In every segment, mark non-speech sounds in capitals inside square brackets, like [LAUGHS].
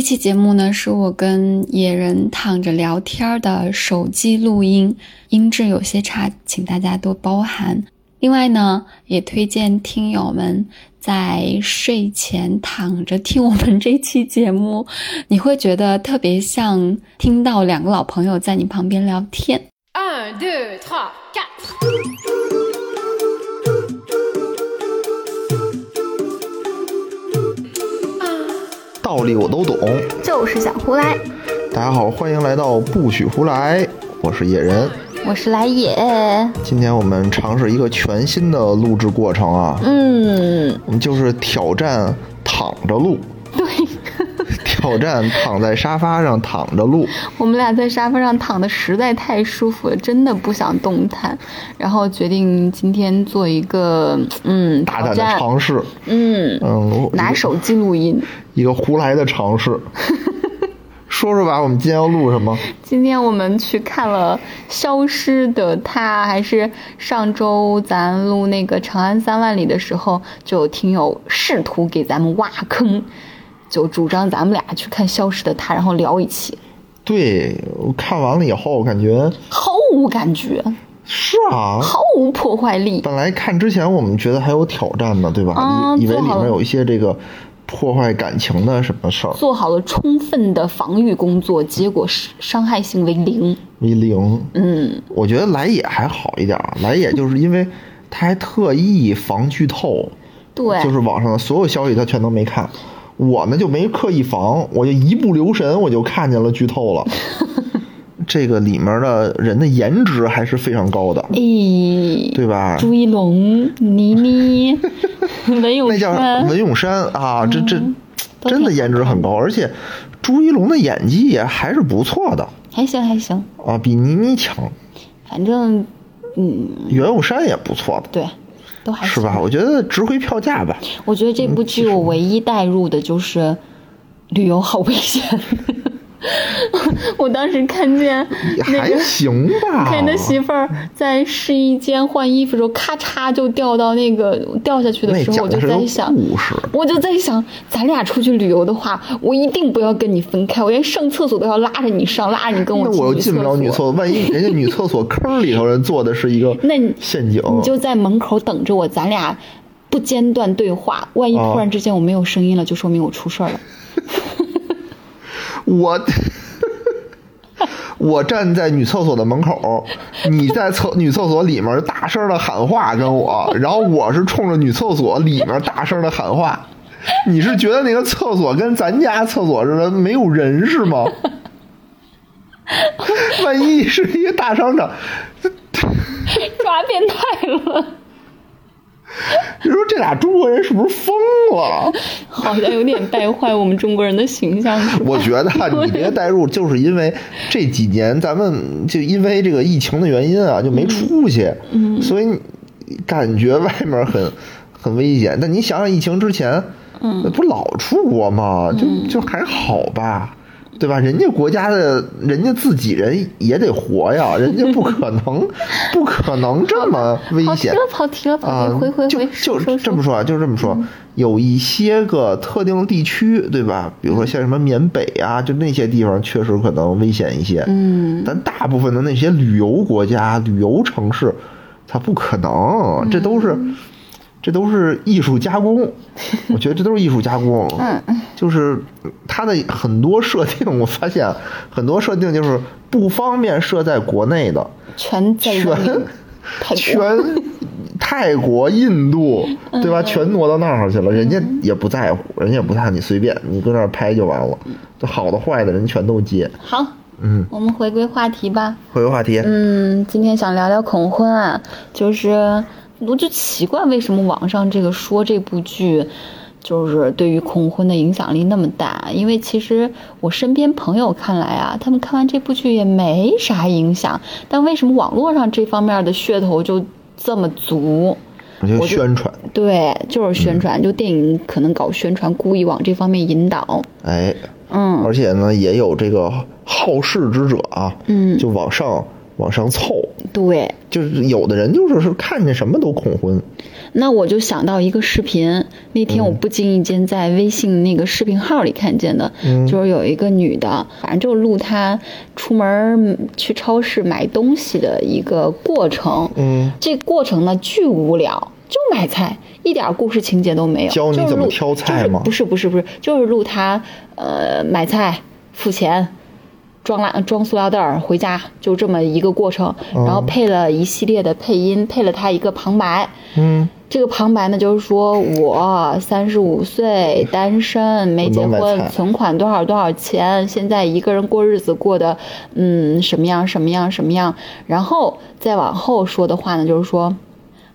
这期节目呢，是我跟野人躺着聊天的手机录音，音质有些差，请大家多包涵。另外呢，也推荐听友们在睡前躺着听我们这期节目，你会觉得特别像听到两个老朋友在你旁边聊天。 Un, deux, trois, quatre. 道理我都懂。就是想胡来，大家好，欢迎来到不许胡来，我是野人。我是来也。今天我们尝试一个全新的录制过程啊，嗯，我们就是挑战躺着录，对，挑战躺在沙发上躺着录。我们俩在沙发上躺的实在太舒服了，真的不想动弹，然后决定今天做一个嗯大挑胆的战，尝试，嗯，嗯，我拿手机录音。一个胡来的尝 [LAUGHS] 试。说说吧，我们今天要录什么？今天我们去看了《消失的她》，还是上周咱录那个《长安三万里》的时候，就有听友试图给咱们挖坑，就主张咱们俩去看《消失的她》，然后聊一期，对我看完了以后，我感觉毫无感觉，是啊，毫无破坏力。本来看之前我们觉得还有挑战呢，对吧？啊以以为做里好面了有一些这个破坏感情的什么事儿，做好了充分的防御工作，结果是伤害性为零。为零。嗯，我觉得来也还好一点 [LAUGHS] 儿，来也就是因为他还特意防剧透，对，就是网上的所有消息他全都没看。我呢就没刻意防，我就一不留神我就看见了剧透 [LAUGHS] 了。这个里面的人的颜值还是非常高的，哎，对啊吧？朱一龙、[LAUGHS] 倪妮、文咏那叫珊，文咏珊啊，这这都真的挺颜值很高，而且朱一龙的演技也还是不错的还行还行，啊，比倪妮强，反正嗯，袁咏珊也不错的，对，都还行是吧？？我觉得值回票价吧。我觉得这部剧我唯一带入的就是旅游好危险。 [LAUGHS] 我当时看见也那还个行吧， [LAUGHS] 看他媳妇儿在试衣间换衣服的时候，咔嚓就掉到那个掉下去的那时候，讲我的就是个在想，故事，我就在想，咱俩出去旅游的话，我一定不要跟你分开，我连上厕所都要拉着你上，拉着你跟那我又我进不了女女厕所，万一人家女厕所坑里头人做的是一个 [LAUGHS] 那你陷阱，你就在门口等着我，咱俩不间断对话。万一啊突然之间我没有声音了，就说明我出事儿了。我 [LAUGHS] 我站在女厕所的门口，你在厕女厕所里面大声的喊话跟我，然后我是冲着女厕所里面大声的喊话。你是觉得那个厕所跟咱家厕所似的没有人是吗？ [LAUGHS] 万一是一个大商场， [LAUGHS] 抓变态了，你说这俩中国人是不是疯了？好像有点带坏我们中国人的形 [LAUGHS] 象。是吧我觉得啊你别代入，就是因为这几年咱们就因为这个疫情的原因啊，就没出去，所以你感觉外面很 [LAUGHS] 很危险。但你想想，疫情之前，不老出国嘛，就就还好吧。对吧？人家国家的，人家自己人也得活呀，人家不可能， [LAUGHS] 不可能这么危跑题险。了，跑题了，跑啊题，，回回就回，就说说嗯这么说啊，就是这么说，有一些个特定地区，对吧？比如说像什么缅北啊，就那些地方确实可能危险一些，嗯，但大部分的那些旅游国家、旅游城市，它不可能，这都是。嗯这都是艺术加 [LAUGHS] 工，我觉得这都是艺术加工。嗯， [LAUGHS] 就是它的很多设定，我发现很多设定就是不方便设在国内的，全在全文明泰国。全泰国、印度，嗯对吧？全挪到那儿去了，人家也不在乎，人家也不看你随便，你搁那儿拍就完了。嗯这好的坏的人全都接。好，嗯，我们回归话题吧。回归话题，嗯，今天想聊聊恐婚啊，就是我就奇怪为什么网上这个说这部剧，就是对于恐婚的影响力那么大，因为其实我身边朋友看来啊，他们看完这部剧也没啥影响，但为什么网络上这方面的噱头就这么足？我觉得我就宣传，对，就是宣传，就电影可能搞宣传，故意往这方面引导。哎，嗯，而且呢，也有这个好事之者啊，嗯就往上往上凑，对。就是有的人就是是看见什么都恐婚，那我就想到一个视频，那嗯天我不经意间在微信那个视频号里看见的，嗯就是有一个女的，反正就录她出门儿去超市买东西的一个过程。嗯，这过程呢巨无聊，就买菜，一点故事情节都没有。教你就是怎么录挑菜就是吗不是不是不是，就是录她呃买菜付钱。装垃装塑料袋儿回家，就这么一个过程，哦然后配了一系列的配音，配了她一个旁白，嗯，这个旁白呢，就是说我三十五岁，单身，没结不能买婚菜，存款多少多少钱，现在一个人过日子过得，嗯，什么样什么样什么样。然后再往后说的话呢，就是说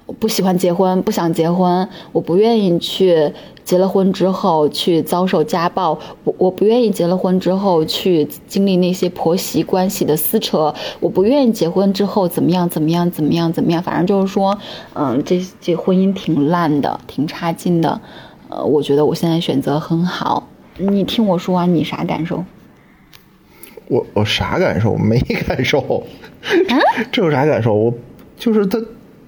我不喜欢结婚，不想结婚，我不愿意去结了婚之后去遭受家暴，我我不愿意结了婚之后去经历那些婆媳关系的撕扯，我不愿意结婚之后怎么样怎么样怎么样怎么样，反正就是说，嗯，这这婚姻挺烂的，挺差劲的，呃，我觉得我现在选择很好。你听我说完、啊你啥感受？我我啥感受？没感受，嗯 [LAUGHS] 这有啥感受？我就是他，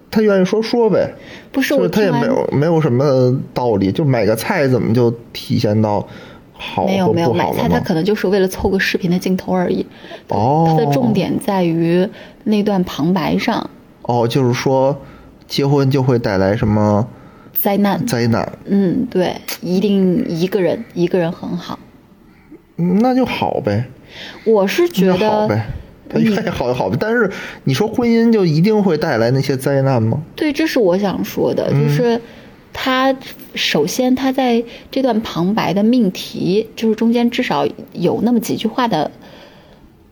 他愿意说说呗，不是就我是他听也完没有没有什么道理，就买个菜怎么就体现到好没有和没有哦不买好菜，了他吗？可能就是为了凑个视频的镜头而已。哦它的重点在于那段旁白上哦，就是说结婚就会带来什么灾难。灾难，嗯，对，一定一个人一个人很好。嗯那就好呗，我是觉那就好得呗，他愿意好就好呗。但是你说婚姻就一定会带来那些灾难吗？对，这是我想说的，就是他首先他在这段旁白的命题，就是中间至少有那么几句话的，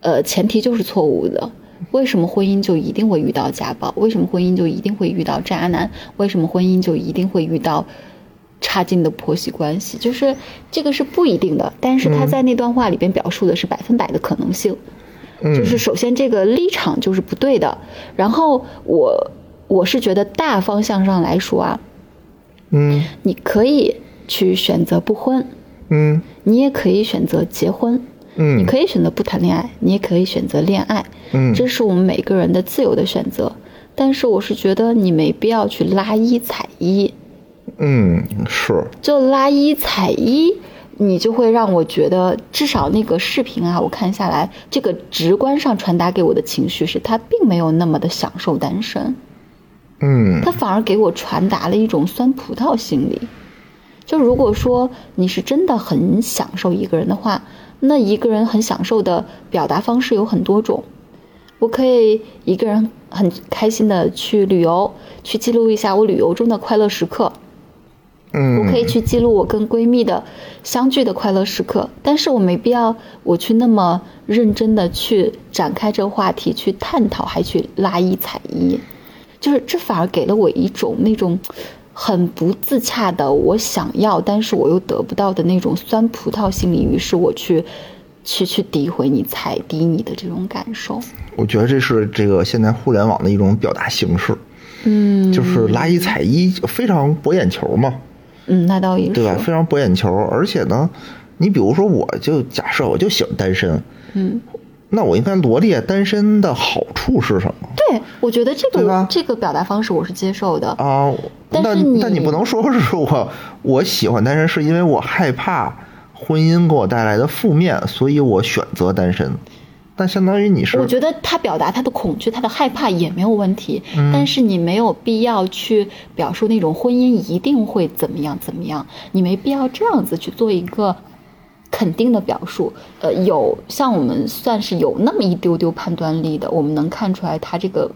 呃，前提就是错误的。为什么婚姻就一定会遇到家暴？为什么婚姻就一定会遇到渣男？为什么婚姻就一定会遇到差劲的婆媳关系？就是这个是不一定的，但是他在那段话里边表述的是百分百的可能性。嗯就是首先这个立场就是不对的。然后我我是觉得大方向上来说啊，嗯你可以去选择不婚，嗯你也可以选择结婚，你嗯可以选择不谈恋爱，你也可以选择恋爱，嗯这是我们每个人的自由的选择。但是我是觉得你没必要去拉一踩一，嗯，是，就拉一踩一，你就会让我觉得，至少那个视频啊，我看下来，这个直观上传达给我的情绪是他并没有那么的享受单身，嗯他反而给我传达了一种酸葡萄心理。就如果说你是真的很享受一个人的话，那一个人很享受的表达方式有很多种。我可以一个人很开心的去旅游，去记录一下我旅游中的快乐时刻。嗯，我可以去记录我跟闺蜜的相聚的快乐时刻，但是我没必要我去那么认真的去展开这个话题，去探讨，还去拉一踩一，就是这反而给了我一种那种很不自洽的我想要，但是我又得不到的那种酸葡萄心理，于是我去去去诋毁你、踩低你的这种感受。我觉得这是这个现在互联网的一种表达形式，嗯就是拉一踩一，非常博眼球嘛，嗯，那倒也是对吧？非常博眼球，而且呢，你比如说，我就假设我就喜欢单身，嗯，那我应该罗列单身的好处是什么对，我觉得这对个吧这个表达方式我是接受的。啊？但是那你但你不能说是我我喜欢单身是因为我害怕婚姻给我带来的负面，所以我选择单身。那相当于你是我觉得他表达他的恐惧、他的害怕也没有问题，嗯但是你没有必要去表述那种婚姻一定会怎么样怎么样，你没必要这样子去做一个肯定的表述。呃，有像我们算是有那么一丢丢判断力的，我们能看出来他这个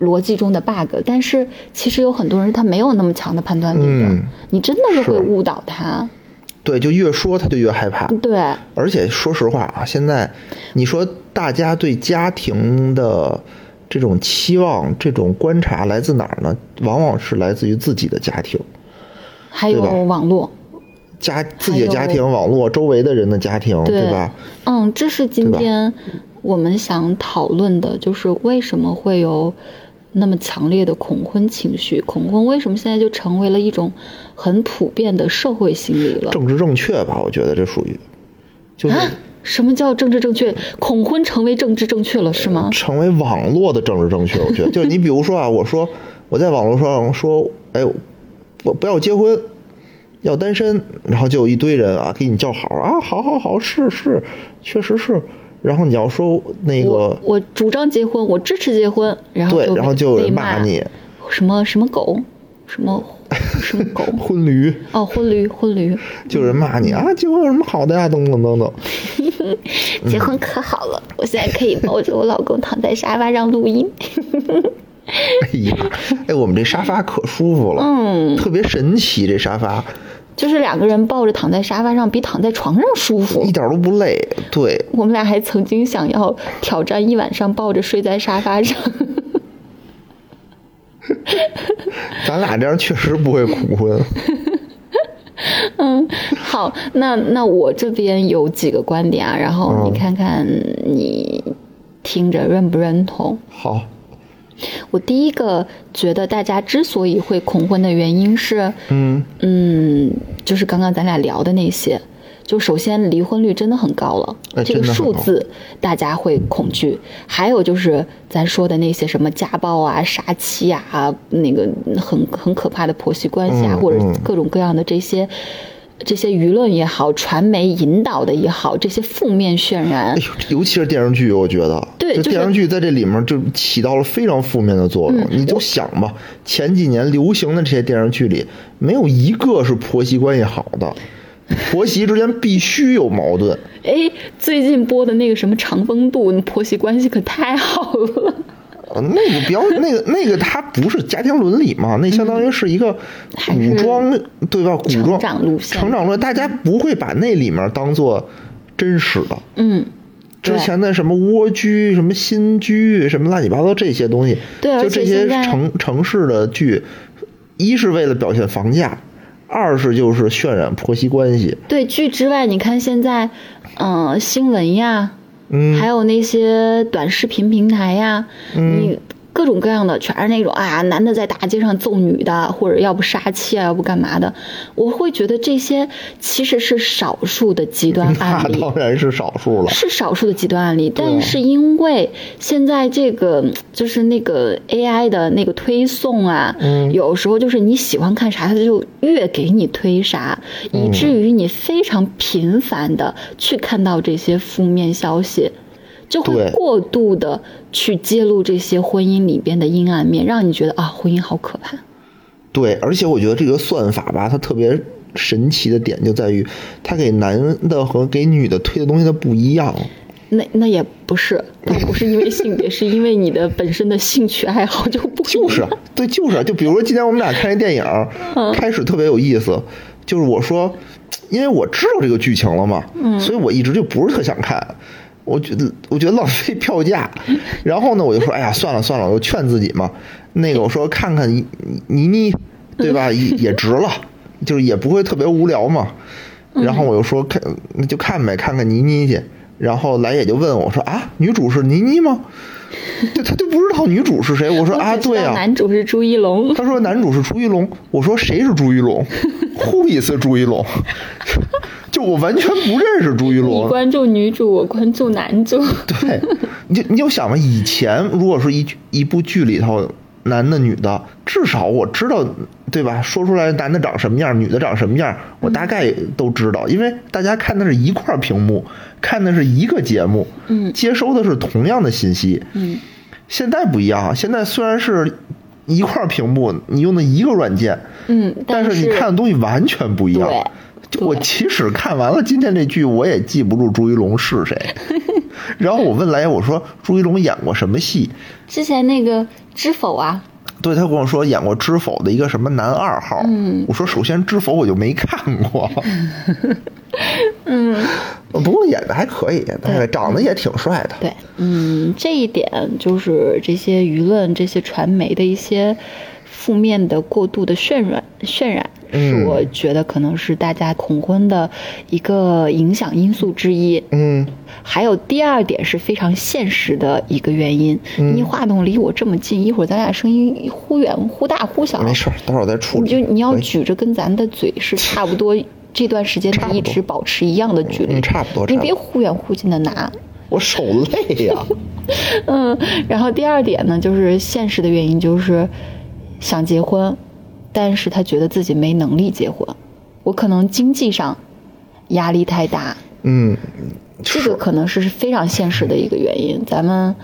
逻辑中的 bug，但是其实有很多人他没有那么强的判断力的，嗯你真的是会是误导他。对，就越说他就越害怕。对，而且说实话啊，现在你说大家对家庭的这种期望、这种观察来自哪儿呢？往往是来自于自己的家庭，还对吧有网络。家自己的家还有庭、网络、周围的人的家庭，对吧？嗯，这是今对吧天我们想讨论的，就是为什么会有那么强烈的恐婚情绪？恐婚为什么现在就成为了一种很普遍的社会心理了？政治正确吧，我觉得这属于就是啊，什么叫政治正确？恐婚成为政治正确了是吗？成为网络的政治正确。我 [LAUGHS] 觉得，就是你比如说啊，我说我在网络上说，哎，我不要结婚，要单身，然后就有一堆人啊给你叫好啊，好好好，是是，确实是。然后你要说那个我我主张结婚，我支持结婚，然后对，就然后就有被人骂骂你，什么什么狗，什么什么狗婚驴，哦，婚驴婚驴，就有人骂嗯你啊，结婚有什么好的呀？等等等 [LAUGHS] 等。嗯结婚可好了，我现在可以抱着我老公躺在沙发上录音。哎呀，哎，我们这沙发可舒服了，嗯，特别神奇，这沙发就是两个人抱着躺在沙发上，比躺在床上舒服一。点都不累。对， [LAUGHS] 我们俩还曾经想要挑战一晚上抱着睡在沙发上， [LAUGHS] 咱俩这样确实不会苦婚。好，那那我这边有几个观点啊，然后你嗯看看你听着认不认同？好，我第一个觉得大家之所以会恐婚的原因是，嗯嗯，就是刚刚咱俩聊的那些。就首先离婚率真的很高了，哎这个真的很数高字大家会恐惧。还有就是咱说的那些什么家暴啊、杀妻啊，那个很很可怕的婆媳关系啊，嗯或者嗯各种各样的这些。这些舆论也好，传媒引导的也好，这些负面渲染哎，呦， [LAUGHS] 尤其是电视剧，我觉得，对这就是电视剧在这里面就起到了非常负面的作用。嗯你就想吧，前几年流行的这些电视剧里，没有一个是婆媳关系好的，婆媳之间必须有矛盾。哎，最近播的那个什么《长风渡》，婆媳关系可太好 [LAUGHS] 了，呃，那个比较，那个那个，它不是家庭伦理嘛？那相当于是一个嗯还是古装，对吧？古装成长路线成长论，大家不会把那里面当做真实的。嗯。之对前的什么蜗居、什么新居、什么乱七八糟这些东西，对而就且这些现在城城市的剧，一是为了表现房价，二是就是渲染婆媳关系。对剧之外，你看现在，嗯、新闻呀，嗯，还有那些短视频平台呀，你各种各样的全是那种啊，男的在大街上揍女的，或者要不杀妻啊，要不干嘛的，我会觉得这些其实是少数的极端案 [LAUGHS] 那例。当然是少数了。是少数的极端案例，啊但是因为现在这个嗯就是那个 AI 的那个推送啊，嗯有时候就是你喜欢看啥，它就越给你推啥，嗯以至于你非常频繁的去看到这些负面消息。就会对过度的去揭露这些婚姻里边的阴暗面，让你觉得啊，婚姻好可怕。对，而且我觉得这个算法吧，它特别神奇的点就在于，它给男的和给女的推的东西它不一样。那那也不是，倒不是因为性别， [LAUGHS] 是因为你的本身的兴趣爱好就不一样就 [LAUGHS] 是啊，对，就是啊，就比如说今天我们俩看一电影儿，开始特别有意思，就是我说，因为我知道这个剧情了嘛，所以我一直就不是特想看。我觉得我觉得浪费票价，然后呢，我就说，哎呀，算了算了，我就劝自己嘛。那个我说看看倪倪妮，对吧？也也值了，就是也不会特别无聊嘛。嗯然后我又说看，那就看呗，看看倪妮去。然后来也就问我说啊，女主是倪妮 [LAUGHS] 吗？就他就不知道女主是谁。我说啊，我只知对道啊，男主是朱一龙。他说男主是朱一龙，我说谁是朱一 [LAUGHS] 龙？Who is 朱一龙？ [LAUGHS] 就我完全不认识朱一你龙。关注女主，我关注男主。对，你就你就想吧，以前如果说一剧一部剧里头男的女的，至少我知道，对吧？说出来男的长什么样，女的长什么样，我大概都知嗯道，因为大家看的是一块屏幕，看的是一个节目，嗯接收的是同样的信息，嗯，现在不一样啊，现在虽然是一块屏幕，你用的一个软件， [LAUGHS] 嗯，但是你看的东西完全不一样对。就我对即使看完了今天这剧，我也记不住朱一龙是谁。 [LAUGHS] 然后我问来，我说朱一龙演过什么戏？之前那个《知否》啊，对他跟我说演过《知否》的一个什么男二号。嗯我说首先《知否》我就没看过。 [LAUGHS] 呃嗯，不过演的还可以，对，长得也挺帅的。对，嗯，这一点就是这些舆论、这些传媒的一些负面的、过度的渲染、渲染，是嗯我觉得可能是大家恐婚的一个影响因素之一。嗯，还有第二点是非常现实的一个原因，嗯你话筒离我这么近，一会儿咱俩声音忽远忽大忽小，没事儿，待会儿再处你理。哎就你要可以举着跟咱的嘴是差不多，这段时间差你不一多直保持一样的距离，嗯差不多你差不别多忽远忽近的拿。我手累 [LAUGHS] 呀、嗯，然后第二点呢，就是现实的原因就是想结婚，但是他觉得自己没能力结婚。我可能经济上压力太大，嗯，这个可能是非常现实的一个原因。咱们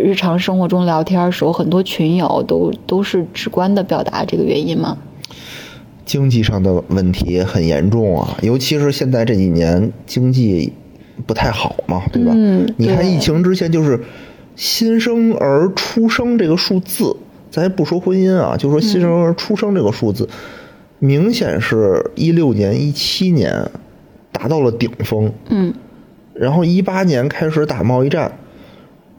日常生活中聊天的时候，很多群友都都是直观的表达这个原因嘛。经济上的问题很严重啊，尤其是现在这几年经济不太好嘛，对吧？嗯你看对疫情之前就是新生儿出生这个数字，咱也不说婚姻啊，就说新生儿出生这个数字，明显是一六年、一七年达到了顶峰，嗯然后一八年开始打贸易战，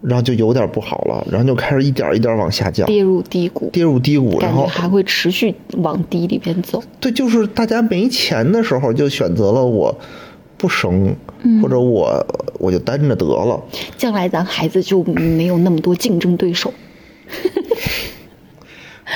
然后就有点不好了，然后就开始一点一点往下降，跌入低谷，跌入低谷，然感觉后还会持续往低里边走。对，就是大家没钱的时候就选择了我不生，嗯或者我我就单着得了。将来咱孩子就没有那么多竞争对手。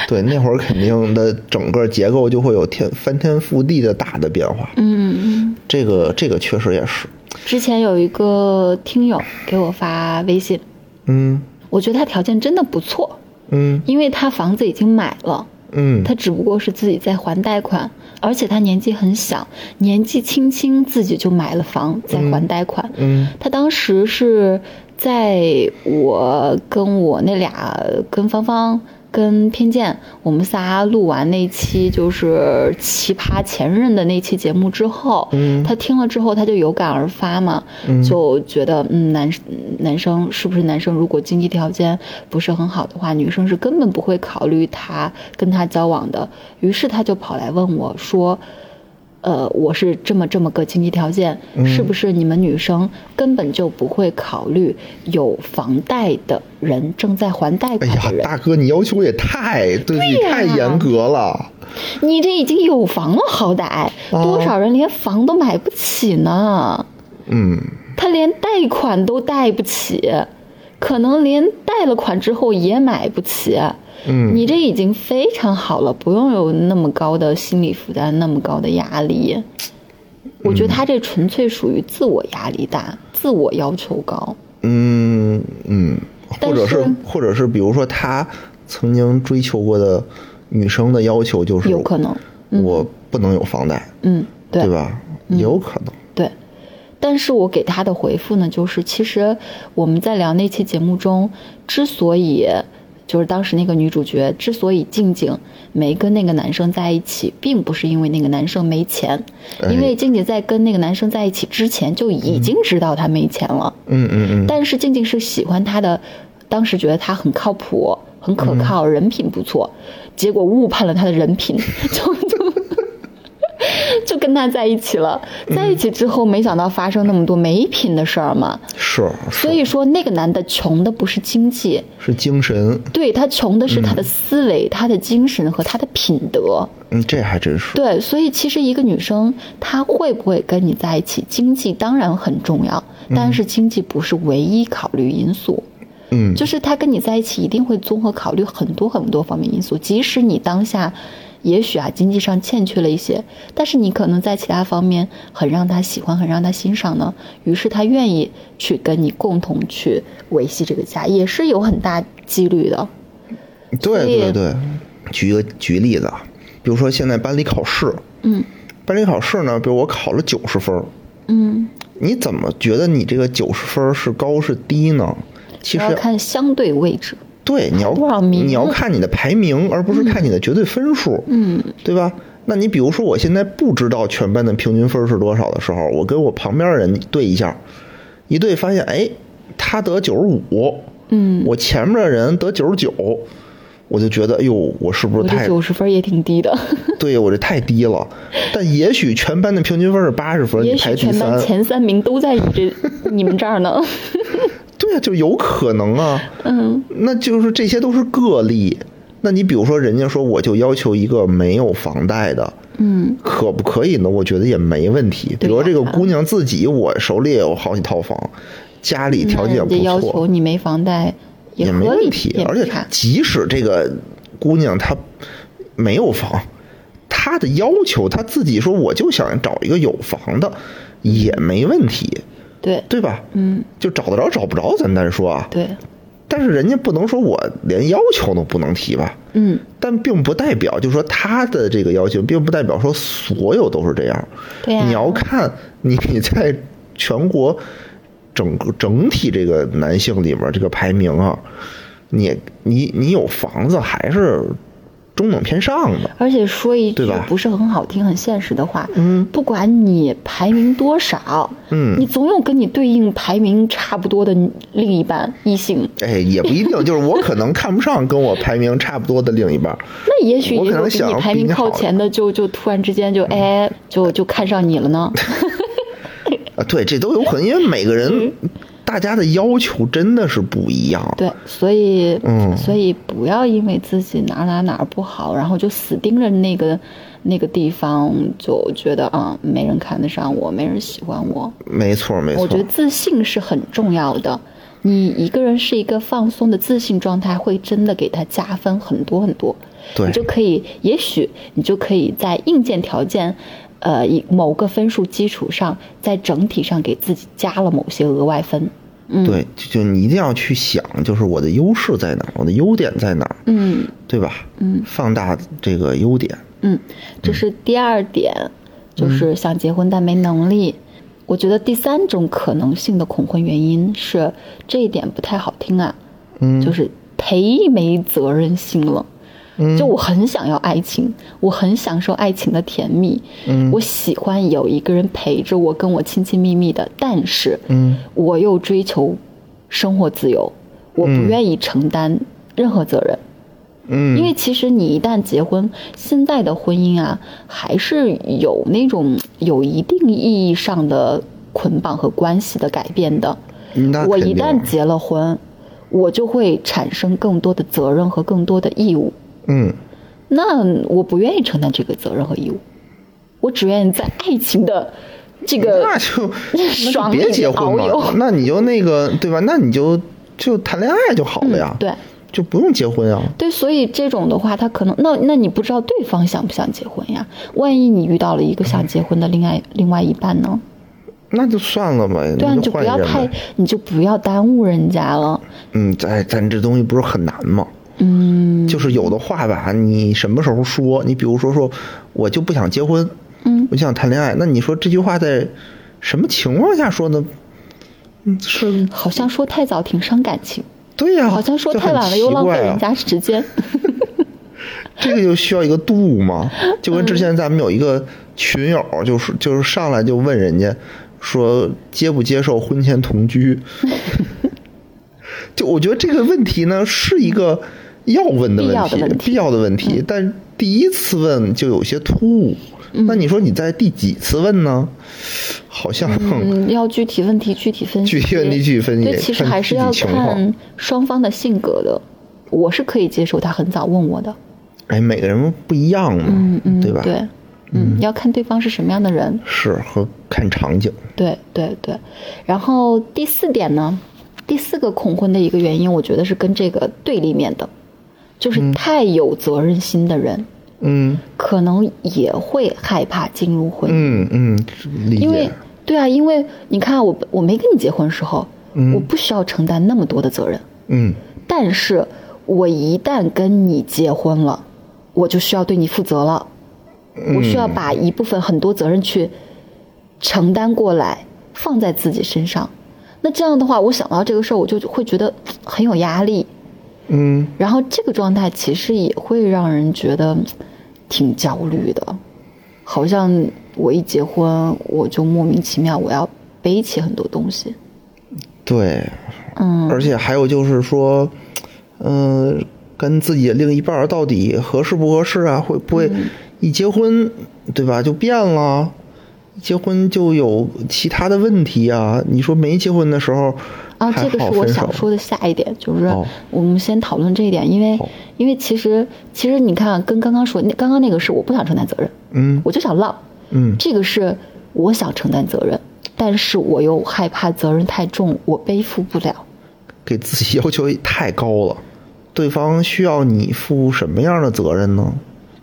对，那会儿肯定的整个结构就会有天翻天覆地的大的变化。嗯，这个这个确实也是，之前有一个听友给我发微信，嗯我觉得他条件真的不错，嗯因为他房子已经买了，嗯，他只不过是自己在还贷款，而且他年纪很小，年纪轻轻自己就买了房在还贷款。嗯他当时是在我跟我那俩跟芳芳。跟偏见，我们仨录完那期就是奇葩前任的那期节目之后，嗯他听了之后，他就有感而发嘛，嗯就觉得嗯，男男生是不是男生如果经济条件不是很好的话，女生是根本不会考虑他跟他交往的。于是他就跑来问我说，呃，我是这么这么个经济条件，嗯是不是你们女生根本就不会考虑有房贷的人正在还贷哎款呀的，人？大哥，你要求也太对你对呀太严格了。你这已经有房了，好歹哦多少人连房都买不起呢？嗯，他连贷款都贷不起，可能连贷了款之后也买不起。嗯你这已经非常好了，不用有那么高的心理负担，那么高的压力。我觉得他这纯粹属于自我压力大，自我要求高。嗯嗯，但或者是是或者是比如说他曾经追求过的女生的要求就是有可能我不能有房贷。嗯，对嗯吧？有可能，对，但是我给他的回复呢，就是其实我们在聊那期节目中，之所以就是当时那个女主角之所以静静没跟那个男生在一起，并不是因为那个男生没钱，因为静静在跟那个男生在一起之前就已经知道他没钱了，嗯嗯嗯，但是静静是喜欢他的，当时觉得他很靠谱。很可靠，嗯人品不错，结果误判了他的人品， [LAUGHS] 就就就跟他在一起了。嗯在一起之后，没想到发生那么多没品的事儿嘛。是，所是以说，那个男的穷的不是经济，是精神，对他穷的是他的思维、他的精神和他的品德。嗯，这还真是，对，所以其实一个女生她会不会跟你在一起，经济当然很重要，但是经济不是唯一考虑因素。嗯，就是他跟你在一起一定会综合考虑很多很多方面因素，即使你当下也许啊经济上欠缺了一些，但是你可能在其他方面很让他喜欢，很让他欣赏呢，于是他愿意去跟你共同去维系这个家，也是有很大几率的。对所以对对。举一个举例子啊，比如说现在班里考试，嗯班里考试呢，比如我考了九十分儿，嗯，你怎么觉得你这个九十分儿是高是低呢？其实要看相对位置。对，你要多少名你要看你的排名，而不是看你的绝对分数，嗯对吧？那你比如说，我现在不知道全班的平均分是多少的时候，我跟我旁边人对一下，一对发现，哎，他得九十五，嗯，我前面的人得九十九，我就觉得，哎呦，我是不我是这太九十分也挺低的，对我这太低了？但也许全班的平均分是八十分，你也排许第全班三，前三名都在你这你们这儿 [LAUGHS] 呢。对啊，就有可能啊。嗯那就是这些都是个例。那你比如说，人家说我就要求一个没有房贷的，嗯，可不可以呢？我觉得也没问题。比对呀如这个姑娘自己，我手里也有好几套房，家里条件也嗯那人家要不错求，你没房贷也没合理，问题也。不而且差即使这个姑娘她没有房，她的要求她自己说我就想找一个有房的，也没问题，对，对吧？嗯，就找得着找不着咱单说啊。对，但是人家不能说我连要求都不能提吧？嗯，但并不代表，就说他的这个要求，并不代表说所有都是这样。对啊呀你要看你在全国整个整体这个男性里面这个排名啊，你你你有房子还是中等偏上的。而且说一对句吧不是很好听、很现实的话，嗯不管你排名多少，嗯你总有跟你对应排名差不多的另一半异性，哎，也不一定，就是我可能看不上跟我排名差不多的另一 [LAUGHS] 半。那也许我也可有能比你想排比名你靠好嗯的前的就，就突然之间就哎，就就看上你了 [LAUGHS] 呢。啊，对，这都有可能，因为每个人大家的要求真的是不一样。嗯对，所以，嗯所以不要因为自己哪儿哪儿哪儿不好，然后就死盯着那个那个地方，就觉得啊、没人看得上我，没人喜欢我。没错，没错。我觉得自信是很重要的。你一个人是一个放松的自信状态，会真的给他加分很多很多。对你就可以，也许你就可以在硬件条件，呃，以某个分数基础上，在整体上给自己加了某些额外分。嗯，，对，就就你一定要去想，就是我的优势在哪儿，我的优点在哪儿，嗯对吧？嗯，放大这个优点。嗯，这是第二点，就是想结婚但没能力。我觉得第三种可能性的恐婚原因是这一点不太好听啊，嗯，就是忒没责任心了。嗯就我很想要爱情，我很享受爱情的甜蜜，嗯我喜欢有一个人陪着我，跟我亲亲密密的，但是，嗯，我又追求生活自由，我不嗯愿意承担任何责任，嗯，因为其实你一旦结婚，现在的婚姻啊，还是有那种有一定意义上的捆绑和关系的改变的。嗯那我肯一定旦结了婚，我就会产生更多的责任和更多的义务。嗯，那我不愿意承担这个责任和义务，我只愿意在爱情的这个那就 [LAUGHS] 那就爽别里结婚遨游嘛，那你就那个对吧？那你就就谈恋爱就好了呀，嗯对就不用结婚啊。对，所以这种的话，他可能那那你不知道对方想不想结婚呀？万一你遇到了一个想结婚的另外另外一半呢？那就算了吧，对啊，你你就不换一要人太呗。，你就不要耽误人家了。嗯，咱咱这东西不是很难吗？嗯，就是有的话吧，你什么时候说？你比如说说，我就不想结婚，嗯，我就想谈恋爱。那你说这句话在什么情况下说呢？嗯，是好像说太早挺伤感情，对呀、好像说就太很晚了又奇浪费怪啊人家时间。这个就需要一个度 [LAUGHS] 嘛。就跟之前咱们有一个群友，就是就是上来就问人家说接不接受婚前同 [LAUGHS] 居，就我觉得这个问题呢是一个要问的必要问题，的问题嗯必要的问题，但第一次问就有些突兀。嗯那你说你在第几次问呢？好像、 [LAUGHS] 嗯，要具体问题具体分析，具体问题具体分析对，其实看还是具体要情况看双方的性格的。我是可以接受他很早问我的，哎，每个人不一样嘛，嗯嗯，对吧？嗯，要看对方是什么样的人，是和看场景。对对对。然后第四点呢，第四个恐婚的一个原因，我觉得是跟这个对立面的，就是太有责任心的人，嗯可能也会害怕进入婚姻。嗯嗯，理解。因为对啊，因为你看我我没跟你结婚时候，嗯我不需要承担那么多的责任，嗯。但是我一旦跟你结婚了，我就需要对你负责了，嗯我需要把一部分很多责任去承担过来，放在自己身上。那这样的话，我想到这个事儿，我就会觉得嘖很有压力，嗯然后这个状态其实也会让人觉得嘖挺焦虑的，好像我一结婚，我就莫名其妙我要背起很多东西。，对，嗯，而且还有就是说，嗯、跟自己的另一半儿到底合适不合适啊？会不会一结婚，对吧，就变了？一结婚就有其他的问题啊？你说没结婚的时候啊，还这个好是我分手想说的下一点，就是哦我们先讨论这一点，因为好因为其实其实你看，跟刚刚说，那刚刚那个是我不想承担责任，嗯我就想浪，嗯这个是我想承担责任，但是我又害怕责任太重，我背负不了。给自己要求也太高了，对方需要你负什么样的责任呢？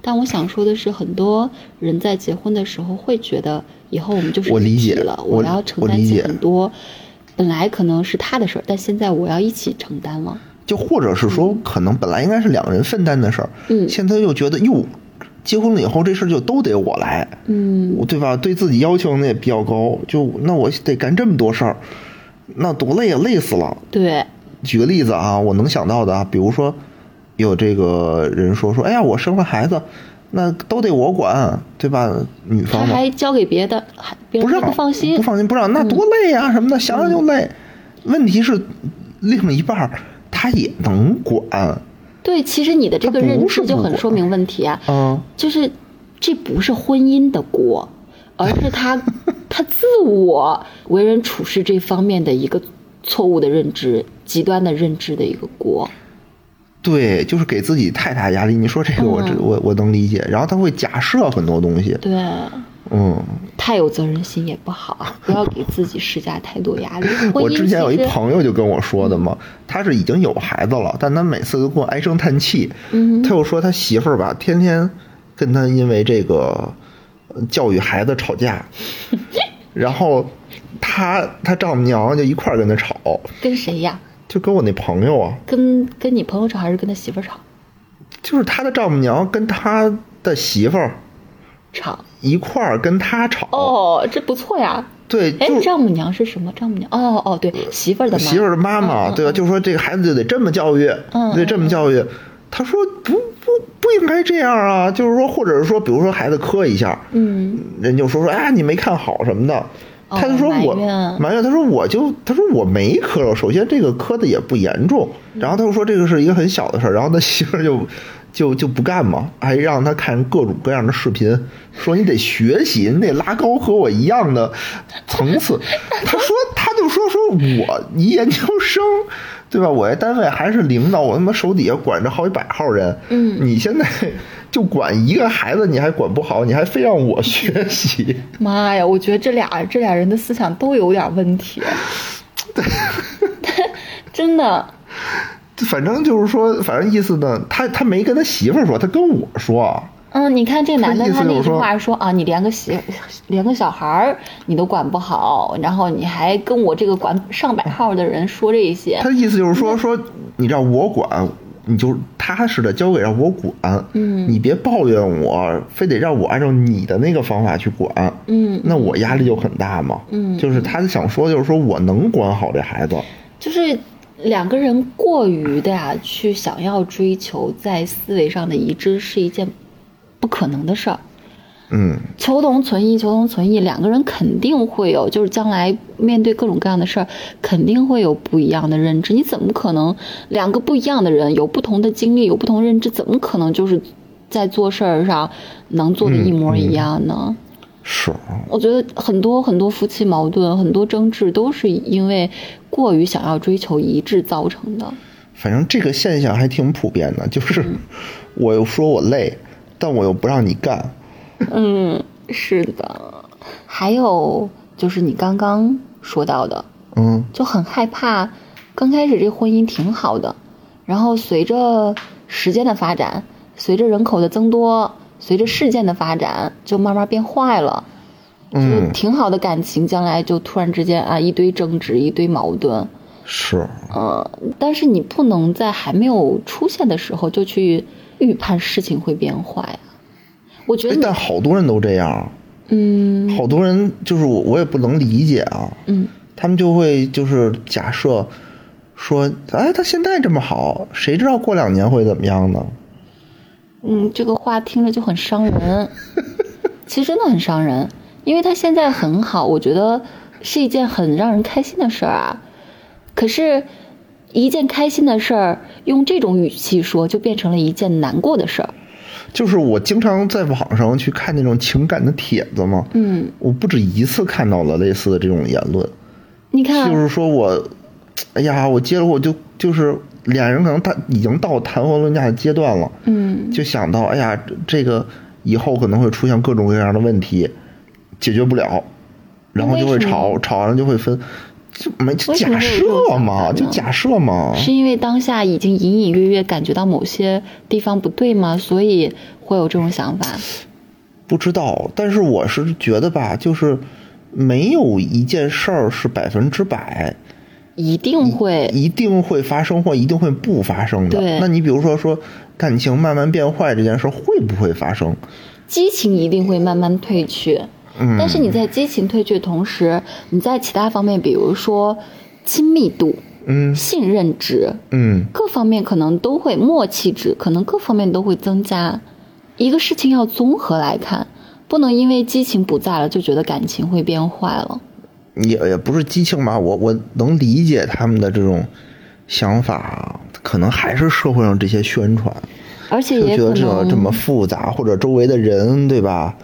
但我想说的是，很多人在结婚的时候会觉得，以后我们就是我理一解体了，我要承我担理起解很多，本来可能是他的事儿，但现在我要一起承担了。就或者是说，可能本来应该是两个人分担的事儿，嗯现在又觉得哟，结婚了以后这事儿就都得我来，嗯我对吧？对自己要求呢也比较高，就那我得干这么多事儿，那多累啊，累死了。对，举个例子啊，我能想到的啊，比如说有这个人说说，哎呀，我生了孩子，那都得我管，对吧？女他方嘛，还交给别的，还别不人让都不放心不，放心，不让，那多累啊、什么的，想想就累。嗯问题是，另一半儿他也能管，对，其实你的这他个不认是知就不很管说明问题啊，嗯，就是这不是婚姻的锅，而是 [LAUGHS] 他他自我为人处事这方面的一个错误的认知、极端的认知的一个锅。对，就是给自己太大压力。你说这个我，这嗯我我能理解。然后他会假设很多东西，对，嗯，太有责任心也不好，啊不要给自己施加太多压力。婚 [LAUGHS] 我姻之前有一其实朋友就跟我说的嘛，他是已经有孩子了，但他每次都跟我唉声叹气。嗯他又说他媳妇儿吧，天天跟他因为这个呃教育孩子吵 [LAUGHS] 架，然后他他丈母娘就一块儿跟他吵，跟谁呀？就跟我那朋友啊，跟跟你朋友吵还是跟他媳妇儿吵？就是他的丈母娘跟他的媳妇儿吵一块儿跟他吵。哦，这不错呀。对，哎就，是丈母娘是什么？丈母娘哦哦，对，媳妇儿的妈媳妇儿的妈嗯妈，嗯对吧？就说这个孩子就得这么教育，嗯得这么教育。他说不不不应该这样啊，就是说，或者是说，比如说孩子磕一下，嗯，人就说说哎你没看好什么的，哦他就说我埋怨埋怨，他说我就他说我没磕，首先这个磕的也不严重，然后他就说这个是一个很小的事儿，然后他媳妇儿就就就不干嘛，还让他看各种各样的视频，说你得学习，你得拉高和我一样的层次。他说他就说说我一研究生。对吧？我在单位还是领导，我他妈手底下管着好几百号人。嗯你现在 [LAUGHS] 就管一个孩子，你还管不好，你还非让我学习。妈呀，我觉得这俩这俩人的思想都有点问题， [LAUGHS] 真的，反正就是说，反正意思呢，他他没跟他媳妇儿说，他跟我说，嗯，你看这男的意思他那就是句说话说啊，你连个媳连个小孩儿你都管不好，然后你还跟我这个管上百号的人说这些他，的意思就是嗯说说你让我管，你就踏实的交给让我管，嗯你别抱怨我，非得让我按照你的那个方法去管，嗯，那我压力就很大嘛，嗯就是他想说就是说我能管好这孩子，就是两个人过于的呀、去想要追求在思维上的一致是一件不可能的事儿，嗯，求同存异，求同存异，两个人肯定会有，就是将来面对各种各样的事儿，肯定会有不一样的认知。你怎么可能两个不一样的人有不同的经历，有不同认知，怎么可能就是在做事儿上能做的一模一样呢？是，我觉得很多很多夫妻矛盾，很多争执都是因为过于想要追求一致造成的。反正这个现象还挺普遍的，就是嗯我又说我累，但我又不让你干，嗯，是的。还有就是你刚刚说到的，嗯就很害怕。刚开始这婚姻挺好的，然后随着时间的发展，随着人口的增多，随着事件的发展，就慢慢变坏了。就是嗯，挺好的感情，将来就突然之间啊，一堆争执，一堆矛盾。是。呃，但是你不能在还没有出现的时候就去预判事情会变坏啊。我觉得哎你但好多人都这样，嗯好多人就是我，我也不能理解啊。嗯，他们就会就是假设说，哎，他现在这么好，谁知道过两年会怎么样呢？嗯，这个话听着就很伤人， [LAUGHS] 其实真的很伤人，因为他现在很好，我觉得是一件很让人开心的事儿啊。可是，一件开心的事儿，用这种语气说，就变成了一件难过的事儿。就是我经常在网上去看那种情感的帖子嘛，嗯，我不止一次看到了类似的这种言论，你看，就是说我，哎呀，我结了我就就是俩人可能他已经到谈婚论嫁的阶段了，嗯，就想到，哎呀，这这个以后可能会出现各种各样的问题，解决不了，然后就会为什么吵，吵完了就会分，就没就为什假么会有这种设想法嘛，呢就假设嘛，是因为当下已经隐隐约约感觉到某些地方不对吗？所以会有这种想法。不知道。但是我是觉得吧，就是没有一件事儿是百分之百，一定会，一定会发生或一定会不发生的对。那你比如说说感情慢慢变坏这件事儿会不会发生？激情一定会慢慢褪去。嗯，但是你在激情褪去的同时，你在其他方面，比如说亲密度、嗯信任值嗯各方面，可能都会默契值，可能各方面都会增加。一个事情要综合来看，不能因为激情不在了就觉得感情会变坏了。也也不是激情吧，我我能理解他们的这种想法，可能还是社会上这些宣传，而且就也觉可得这能种这么复杂，或者周围的人对吧，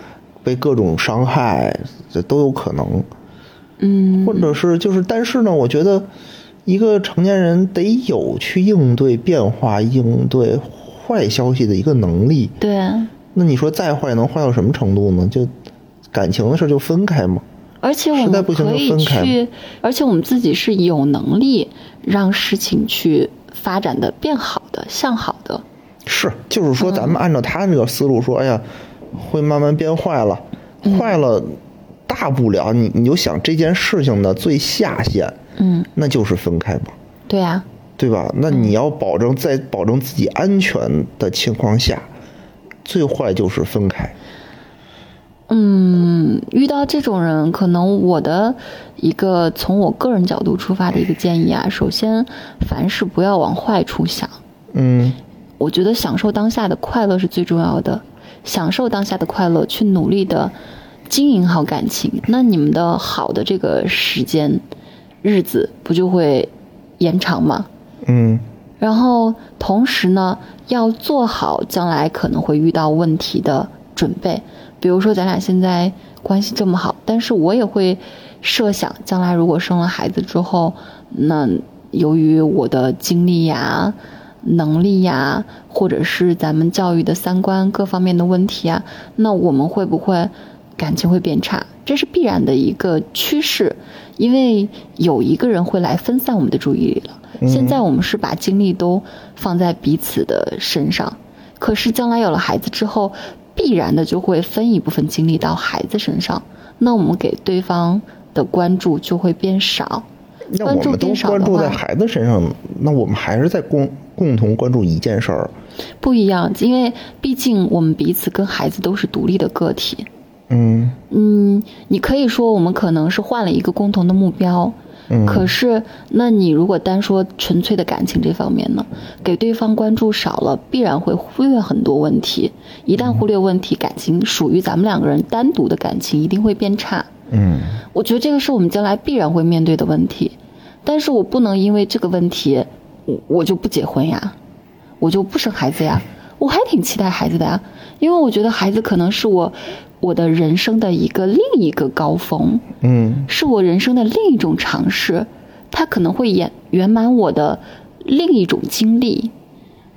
被各种伤害，这都有可能。嗯，或者是就是，但是呢，我觉得一个成年人得有去应对变化、应对坏消息的一个能力。对，那你说再坏能坏到什么程度呢？就感情的事儿就分开嘛。而且我实在们不行可就以分开去，而且我们自己是有能力让事情去发展的变好的、向好的。是，就是说嗯咱们按照他这个思路说，哎呀，会慢慢变坏了，嗯坏了，大不了你你就想这件事情的最下限，嗯，那就是分开嘛。对啊，对吧？那嗯你要保证在保证自己安全的情况下，最坏就是分开。嗯，遇到这种人，可能我的一个从我个人角度出发的一个建议啊，首先凡事不要往坏处想，嗯我觉得享受当下的快乐是最重要的，享受当下的快乐，去努力的经营好感情，那你们的好的这个时间日子不就会延长吗？嗯然后同时呢，要做好将来可能会遇到问题的准备。比如说，咱俩现在关系这么好，但是我也会设想，将来如果生了孩子之后，那由于我的经历呀、能力呀，或者是咱们教育的三观各方面的问题啊，那我们会不会感情会变差？这是必然的一个趋势，因为有一个人会来分散我们的注意力了。现在我们是把精力都放在彼此的身上，可是将来有了孩子之后，必然的就会分一部分精力到孩子身上，那我们给对方的关注就会变少。那关我注们都变少关的注话在孩子身上，那我们还是在共共同关注一件事儿。不一样，因为毕竟我们彼此跟孩子都是独立的个体。嗯嗯，你可以说我们可能是换了一个共同的目标，嗯，可是那你如果单说纯粹的感情这方面呢，给对方关注少了，必然会忽略很多问题。一旦忽略问题，感情属于咱们两个人单独的感情一定会变差。嗯我觉得这个是我们将来必然会面对的问题，但是我不能因为这个问题，我我就不结婚呀，我就不生孩子呀，我还挺期待孩子的呀，因为我觉得孩子可能是我我的人生的一个另一个高峰，嗯是我人生的另一种尝试，它可能会圆圆满我的另一种经历。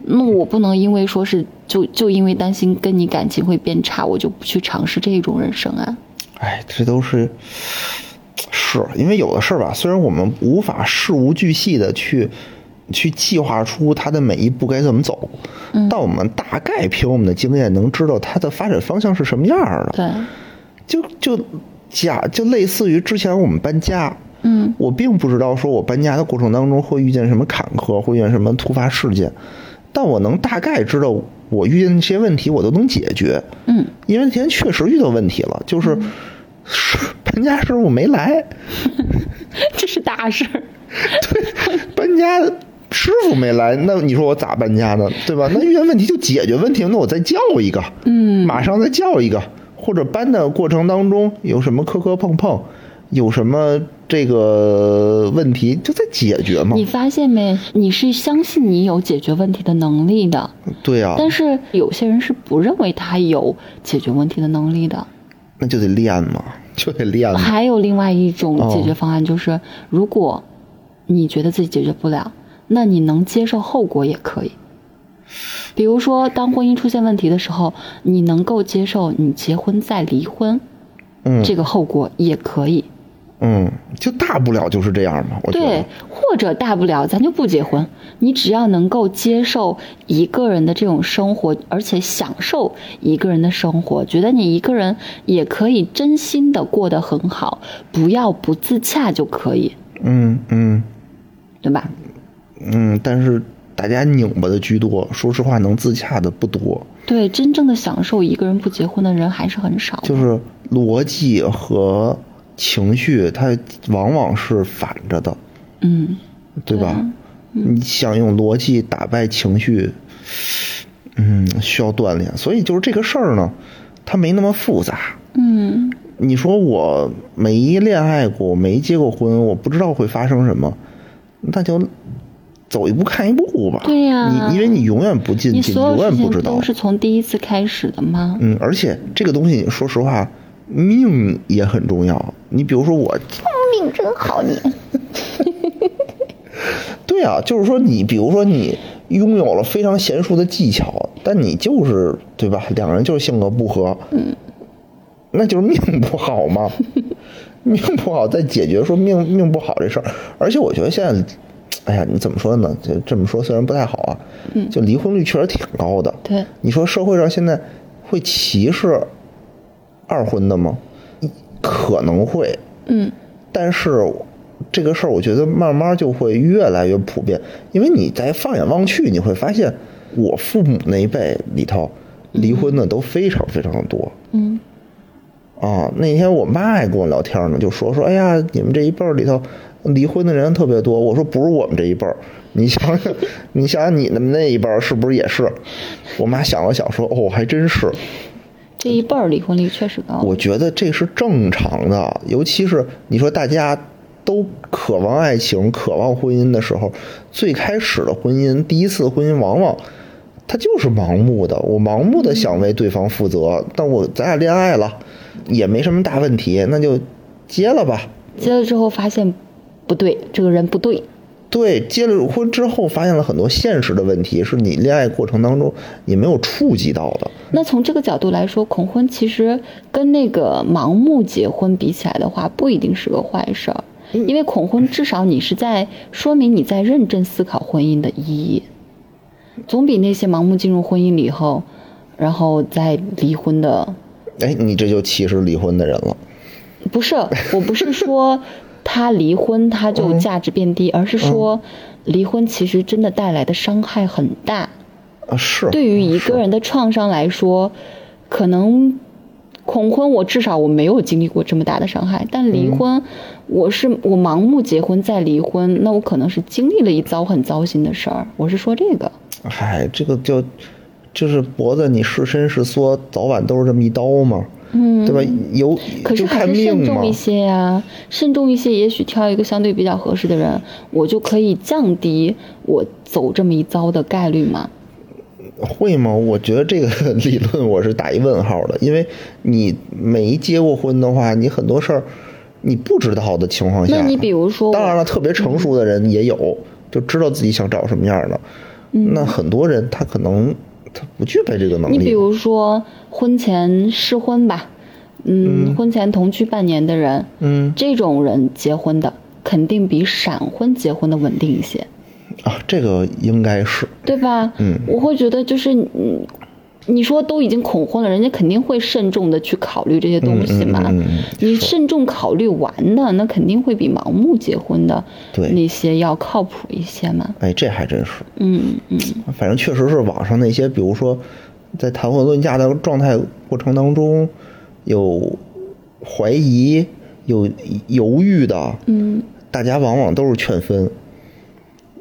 那我不能因为说是就就因为担心跟你感情会变差，我就不去尝试这种人生啊。哎，这都是是因为有的事儿吧，虽然我们无法事无巨细的去去计划出它的每一步该怎么走，但我们大概凭我们的经验能知道它的发展方向是什么样儿的。对，就就假就类似于之前我们搬家， [LAUGHS] 嗯，我并不知道说我搬家的过程当中会遇见什么坎坷，会遇见什么突发事件，但我能大概知道我遇见这些问题我都能解决，嗯，因为之前确实遇到问题了，就是是 [LAUGHS] 搬家师傅没来，这是大事儿。搬家师傅没来，那你说我咋搬家呢？对吧？那遇见问题就解决问题，那我再叫一个，嗯，马上再叫一个，或者搬的过程当中有什么磕磕碰碰，有什么这个问题就再解决嘛你。发现没？你是相信你有解决问题的能力的，对啊，但是有些人是不认为他有解决问题的能力的。那就得练嘛， [LAUGHS] 就得练嘛。还有另外一种嗯哦解决方案就是，如果你觉得自己解决不了，那你能接受后果也可以。比如说，当婚姻出现问题的时候，你能够接受你结婚再离婚嗯这个后果也可以。嗯，就大不了就是这样嘛。我觉对得，，或者大不了咱就不结婚，你只要能够接受一个人的这种生活，而且享受一个人的生活，觉得你一个人也可以真心的过得很好，不要不自洽就可以。嗯嗯嗯，但是大家拧巴的居多，说实话能自洽的不多，对，真正的享受一个人不结婚的人还是很少。就是逻辑和情绪，它往往是反着的，嗯，对吧？你想用逻辑打败情绪，嗯，需要锻炼。所以就是这个事儿呢，它没那么复杂。嗯，你说我没恋爱过，没结过婚，我不知道会发生什么，那就走一步看一步吧。对呀你因为你永远不进你去，所永有远事不知情道都。是从第一次开始的吗？嗯，而且这个东西，说实话，命也很重要。你比如说我，命真好你， [LAUGHS] 对啊，就是说你，比如说你拥有了非常娴熟的技巧，但你就是对吧？两个人就是性格不合，嗯，那就是命不好 [LAUGHS] 嘛。命不好再解决说命命不好这事儿，而且我觉得现在，哎呀，你怎么说呢？就这么说虽然不太好啊，就离婚率确实挺高的。嗯对你说社会上现在会歧视二婚的吗？可能会，嗯，但是这个事儿，我觉得慢慢就会越来越普遍，因为你在放眼望去，你会发现我父母那一辈里头离婚的都非常非常的多。嗯。啊，那天我妈还跟我聊天呢，就说说，哎呀，你们这一辈儿里头离婚的人特别多。我说不是我们这一辈儿，你想想， [LAUGHS] 你想想你们那一辈儿是不是也是？我妈想了想说，哦，还真是。这一辈儿离婚率确实高。我觉得这是正常的，尤其是你说大家都渴望爱情、渴望婚姻的时候，最开始的婚姻、第一次婚姻，往往他就是盲目的，我盲目的想为对方负责。但我咱俩恋爱了，也没什么大问题，那就结了吧。结了之后发现不对，这个人不对。对，结了婚之后，发现了很多现实的问题，是你恋爱过程当中你没有触及到的。那从这个角度来说，恐婚其实跟那个盲目结婚比起来的话，不一定是个坏事儿，因为恐婚至少你是在说明你在认真思考婚姻的意义，总比那些盲目进入婚姻里以后，然后再离婚的哎，你这就歧视离婚的人了。不是，我不是说他离婚他就价值变低，而是说离婚其实真的带来的伤害很大。啊，是对于一是个人的创伤来说，可能恐婚我至少我没有经历过这么大的伤害，但离婚，我是我盲目结婚再离婚，那我可能是经历了一遭很糟心的事儿。我是说这个，嗨，这个就就是脖子你是伸是缩，早晚都是这么一刀嘛，嗯，对吧？有可是就还看是慎命嘛重一。些呀、慎重一些，也许挑一个相对比较合适的人，我就可以降低我走这么一遭的概率嘛。会吗？我觉得这个 [LAUGHS] 理论我是打一问号的，因为你没结过婚的话，你很多事儿你不知道的情况下，那你比如说我当然了，特别成熟的人也有，就知道自己想找什么样的。那很多人他可能他不具备这个能力。嗯你比如说婚前试婚吧，嗯，婚前同居半年的人，嗯这种人结婚的肯定比闪婚结婚的稳定一些，啊，这个应该是对吧？嗯我会觉得就是嗯，你说都已经恐婚了，人家肯定会慎重的去考虑这些东西嘛。嗯嗯嗯嗯你是慎重考虑完的，那肯定会比盲目结婚的对那些要靠谱一些嘛。哎，这还真是。嗯嗯，反正确实是网上那些，比如说在谈婚论嫁的状态过程当中，有怀疑、有犹豫的，嗯，大家往往都是劝分。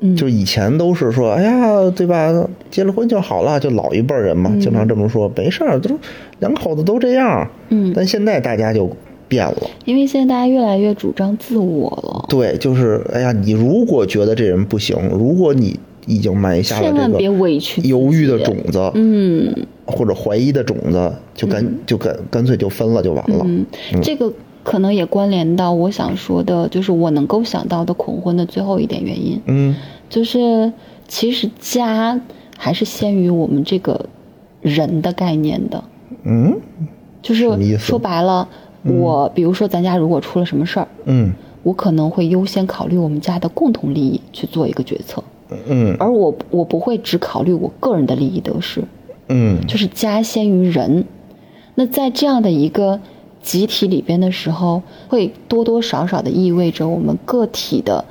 嗯就以前都是说，哎呀，对吧？结了婚就好了，就老一辈儿人嘛，经常这么说，没事儿，都两口子都这样。嗯但现在大家就变了，因为现在大家越来越主张自我了。对，就是，哎呀，你如果觉得这人不行，如果你已经埋下了千万这别个委屈自己犹豫的种子，嗯，或者怀疑的种子，就干、就干干脆就分了就完了。嗯，这个可能也关联到我想说的，就是我能够想到的恐婚的最后一点原因，嗯就是其实家还是先于我们这个人的概念的，嗯就什么意是思说白了，我比如说咱家如果出了什么事儿，嗯我可能会优先考虑我们家的共同利益去做一个决策，嗯而我我不会只考虑我个人的利益得失，嗯就是家先于人。那在这样的一个集体里边的时候，会多多少少的意味着我们个体的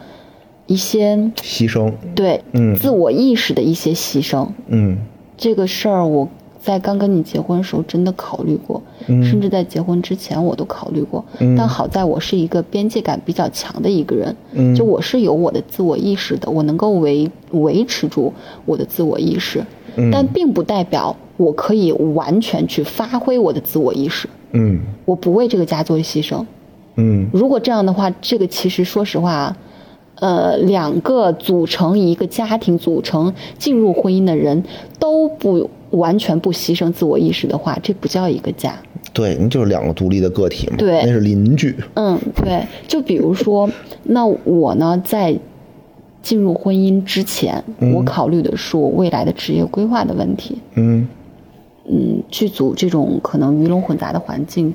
一些牺牲，对嗯自我意识的一些牺牲。嗯这个事儿我在刚跟你结婚的时候真的考虑过，嗯甚至在结婚之前我都考虑过。嗯但好在我是一个边界感比较强的一个人，嗯就我是有我的自我意识的，我能够维维持住我的自我意识，嗯但并不代表我可以完全去发挥我的自我意识，嗯我不为这个家做牺牲。嗯如果这样的话，这个其实说实话啊，呃，两个组成一个家庭、组成进入婚姻的人都不完全不牺牲自我意识的话，这不叫一个家。对，你就是两个独立的个体嘛，对那是邻居，嗯，对。就比如说，那我呢，在进入婚姻之前，我考虑的是我未来的职业规划的问题。嗯嗯，剧组这种可能鱼龙混杂的环境，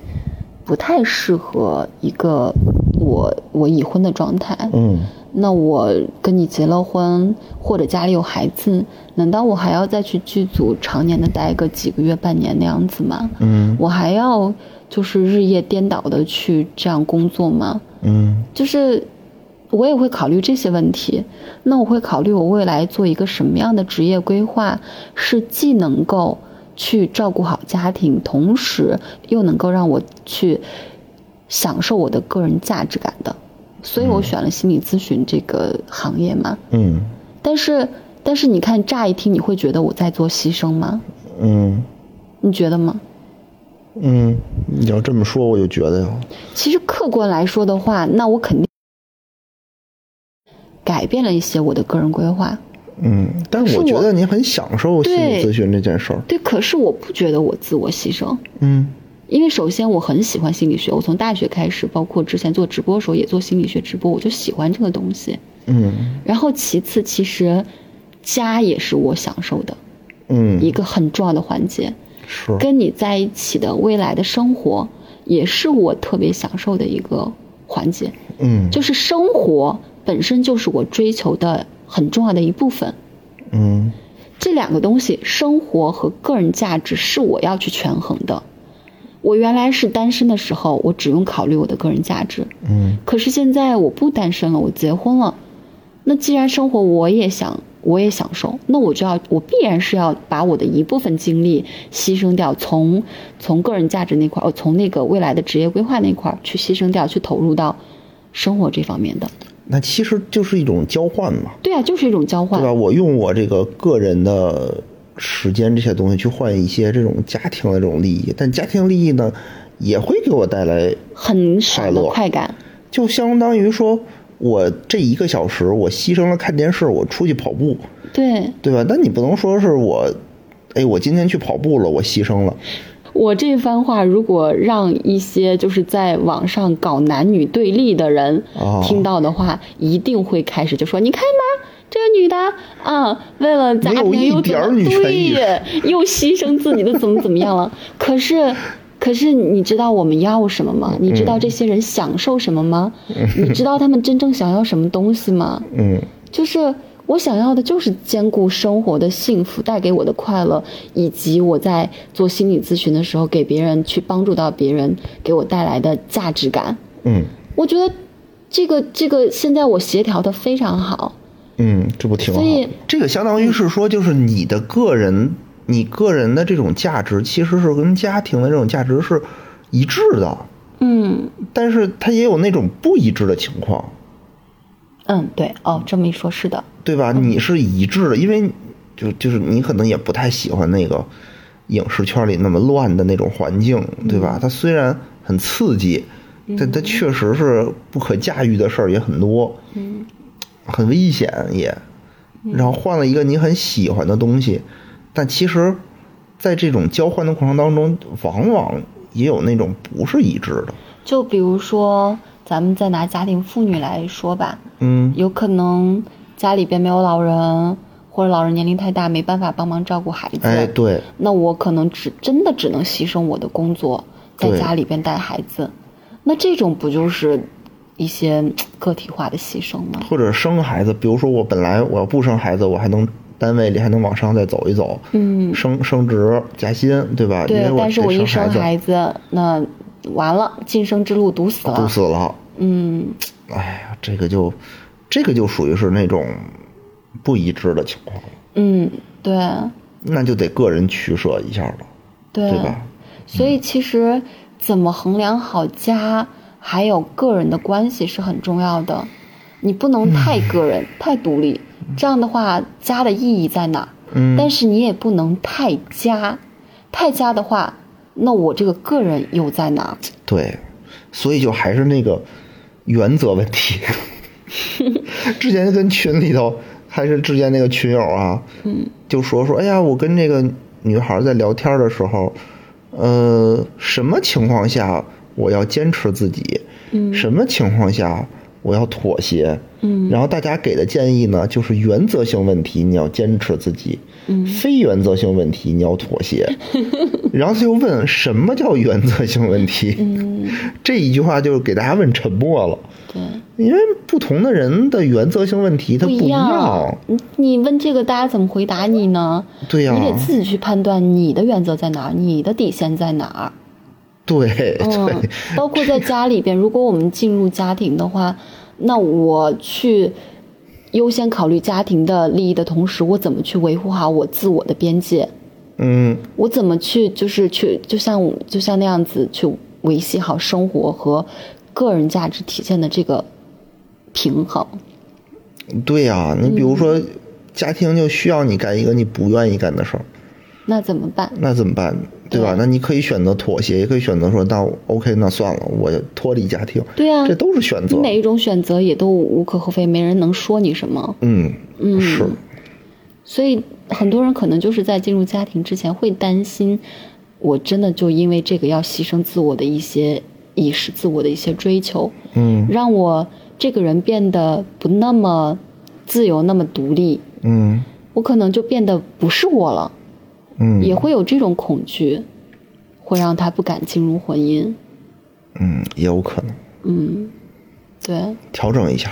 不太适合一个我我已婚的状态。嗯那我跟你结了婚，或者家里有孩子，难道我还要再去剧组常年的待个几个月、半年那样子吗？嗯我还要就是日夜颠倒的去这样工作吗？嗯就是我也会考虑这些问题。那我会考虑我未来做一个什么样的职业规划，是既能够去照顾好家庭，同时又能够让我去享受我的个人价值感的。所以我选了心理咨询这个行业嘛。嗯但是，但是你看，乍一听你会觉得我在做牺牲吗？嗯你觉得吗？嗯，你要这么说，我就觉得呀，其实客观来说的话，那我肯定改变了一些我的个人规划。嗯，但是我是觉我得你很享受心理对咨询这件事儿，对，可是我不觉得我自我牺牲，嗯因为首先我很喜欢心理学，我从大学开始，包括之前做直播的时候也做心理学直播，我就喜欢这个东西。嗯然后其次，其实家也是我享受的一嗯，个很重要的环节，是，跟你在一起的未来的生活也是我特别享受的一个环节。嗯就是生活本身就是我追求的很重要的一部分。嗯这两个东西，生活和个人价值是我要去权衡的。我原来是单身的时候，我只用考虑我的个人价值。嗯可是现在我不单身了，我结婚了。那既然生活我也想，我也享受，那我就要，我必然是要把我的一部分精力牺牲掉，从从个人价值那块儿，哦，从那个未来的职业规划那块儿去牺牲掉，去投入到生活这方面的。那其实就是一种交换嘛，对啊，就是一种交对吧？换。我用我这个个人的时间这些东西去换一些这种家庭的这种利益，但家庭利益呢，也会给我带来，很少快乐的快感，就相当于说我这一个小时我牺牲了看电视，我出去跑步，对对吧？但你不能说是我，哎，我今天去跑步了，我牺牲了，我这番话，如果让一些就是在网上搞男女对立的人哦听到的话，一定会开始就说：“你看吧，这个女的啊，为了家没有庭一又怎点儿么女权意识对，又牺牲自己的怎么怎么 [LAUGHS] 样了。”可是，可是你知道我们要什么嗯吗？你知道这些人享受什么吗？你知道他们真正想要什么东西吗？嗯就是我想要的就是兼顾生活的幸福带给我的快乐，以及我在做心理咨询的时候给别人去帮助到别人给我带来的价值感。嗯我觉得这个这个现在我协调的非常好，嗯，这不挺好所以？这个相当于是说，就是你的个人，你个人的这种价值，其实是跟家庭的这种价值是一致的。嗯但是它也有那种不一致的情况，嗯，对哦，这么一说，是的，对吧？你是一致的，因为就就是你可能也不太喜欢那个影视圈里那么乱的那种环境，对吧？它虽然很刺激，但它确实是不可驾驭的事儿也很多，很危险也。然后换了一个你很喜欢的东西，但其实，在这种交换的过程当中，往往也有那种不是一致的。就比如说咱们再拿家庭妇女来说吧，嗯有可能家里边没有老人，或者老人年龄太大没办法帮忙照顾孩子，哎，对，那我可能只真的只能牺牲我的工作，在对家里边带孩子，那这种不就是一些嗯个体化的牺牲吗？或者生孩子，比如说我本来我要不生孩子，我还能单位里还能往上再走一走，嗯升升职加薪，对吧？因对为，但是我我一得生生孩孩子，那哦完了，晋升之路堵死了。子，堵死了。嗯，哎呀，这个就这个就属于是那种不一致的情况，嗯，对那就得个人取舍一下了，对对吧？嗯所以其实怎么衡量好家，还有个人的关系是很重要的。你不嗯能太个人、太独立，这样的话家的意义在哪？嗯，但是你也不能太家，太家的话，那我这个个人又在哪？对，所以就还是那个原则问 [LAUGHS] 题。之前跟群里头还是之前那个群友啊，嗯，就说说，哎呀，我跟这个女孩在聊天的时候，呃，什么情况下我要坚持自己？嗯，什么情况下我要妥协？嗯，然后大家给的建议呢，就是原则性问题你要坚持自己，嗯，哎非原则性问题你要妥协。然后他就问什么叫原则性问题？嗯 [LAUGHS] 这一句话就给大家问沉默了，对，因为不同的人的原则性问题它不一一样样。。你你问这个，大家怎么回答你呢？对呀、你得自己去判断你的原则在哪儿，你的底线在哪儿。对 [LAUGHS] 对、嗯，包括在家里边，如果我们进入家庭的话，那我去优先考虑家庭的利益的同时，我怎么去维护好我自我的边界？嗯，我怎么去就是去就像就像那样子去维系好生活和个人价值体现的这个平衡？嗯对呀、你比如说，家庭就需要你干一个你不愿意干的事儿，那怎么办？那怎么办？对吧？对那你可以选择妥协，也可以选择说，那我 OK，那算了，我脱离家庭。对啊这都是选你择。哪一种选择也都无可厚非，没人能说你什么。嗯，嗯，是，所以很多人可能就是在进入家庭之前会担心，我真的就因为这个要牺牲自我的一些意识、自我的一些追求，嗯让我这个人变得不那么自由、那么独立，嗯我可能就变得不是我了，嗯，也会有这种恐惧，会让他不敢进入婚姻。嗯，也有可能嗯，对，调整一下。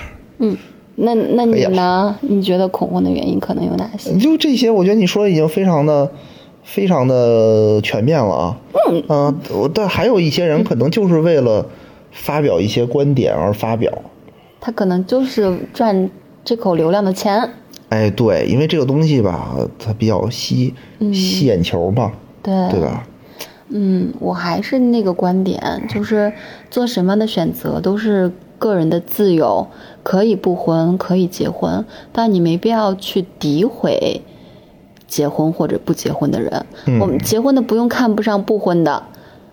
那那你可以呢？你觉得恐婚的原因可能有哪些？就这些，我觉得你说的已经非常的、非常的全面了啊。嗯，呃，我但还有一些人可能就是为了发表一些观点而发表。他可能就是赚这口流量的钱。哎，对，因为这个东西吧，它比较吸嗯吸眼球嘛，对对吧？嗯，我还是那个观点，就是做什么样的选择都是个人的自由，可以不婚，可以结婚，但你没必要去诋毁结婚或者不结婚的人。我们结婚的不用看不上不婚的，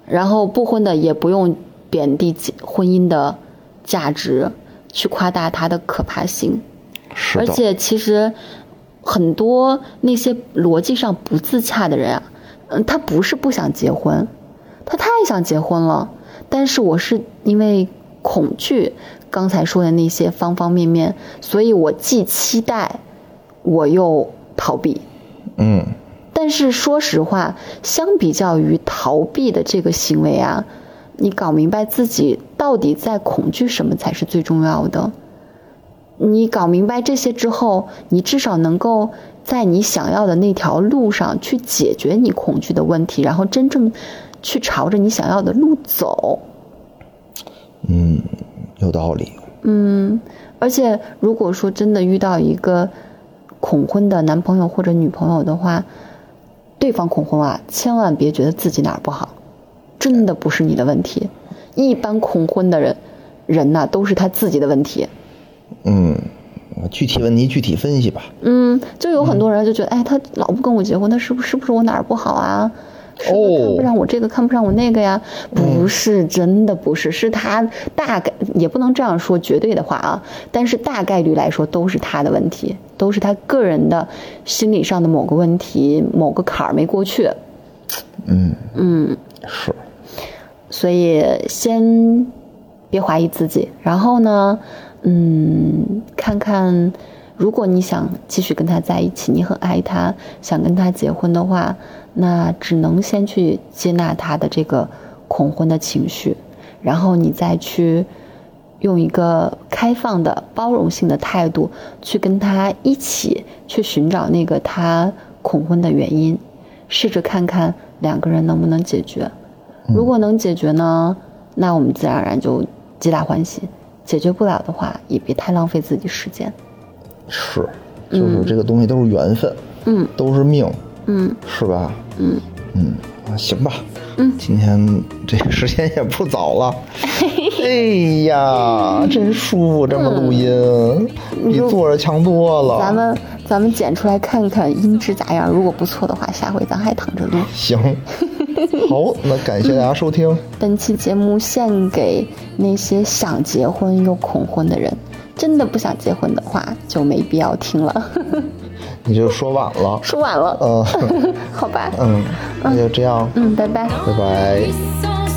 然后不婚的也不用贬低结婚姻的价值，去夸大它的可怕性。是而的，且其实很多那些逻辑上不自洽的人啊，嗯，他不是不想结婚，他太想结婚了，但是我是因为恐惧刚才说的那些方方面面，所以我既期待，我又逃避。嗯，但是说实话，相比较于逃避的这个行为啊，你搞明白自己到底在恐惧什么才是最重要的。你搞明白这些之后，你至少能够在你想要的那条路上去解决你恐惧的问题，然后真正去朝着你想要的路走。嗯有道理。嗯而且，如果说真的遇到一个恐婚的男朋友或者女朋友的话，对方恐婚啊，千万别觉得自己哪儿不好，真的不是你的问题。一般恐婚的人，人呐、都是他自己的问题。嗯，具体问题具体分析吧。嗯，就有很多人就觉得，哎，他老不跟我结婚，他是不是不是我哪儿不好啊？是不是看不上我这个，看不上我那个呀？不是，真的不是，是他大概也不能这样说绝对的话啊，但是大概率来说都是他的问题，都是他个人的心理上的某个问题，某个坎儿没过去。嗯嗯是，所以先别怀疑自己，然后呢，嗯，看看，如果你想继续跟他在一起，你很爱他，想跟他结婚的话，那只能先去接纳他的这个恐婚的情绪，然后你再去用一个开放的、包容性的态度去跟他一起去寻找那个他恐婚的原因，试着看看两个人能不能嗯解决。如果能解决呢，那我们自然而然就皆大欢喜；解决不了的话，也别太浪费自己时间。是，就是这个东西都是缘分，嗯，都是命，嗯是吧？嗯嗯，啊行吧，嗯，今天这个时间也不早了， [LAUGHS] 哎呀，嗯真舒服，这么录音，比坐着强多了。咱们咱们剪出来看一看音质咋样，如果不错的话，下回咱还躺着录。行，好，那感谢大家收听，本期节目献给那些想结婚又恐婚的人，真的不想结婚的话就没必要听了。 [LAUGHS] 你就说晚了，说晚了，嗯 [LAUGHS] 好吧，嗯，那就这样，嗯，拜拜。拜拜。 Puissant Oh,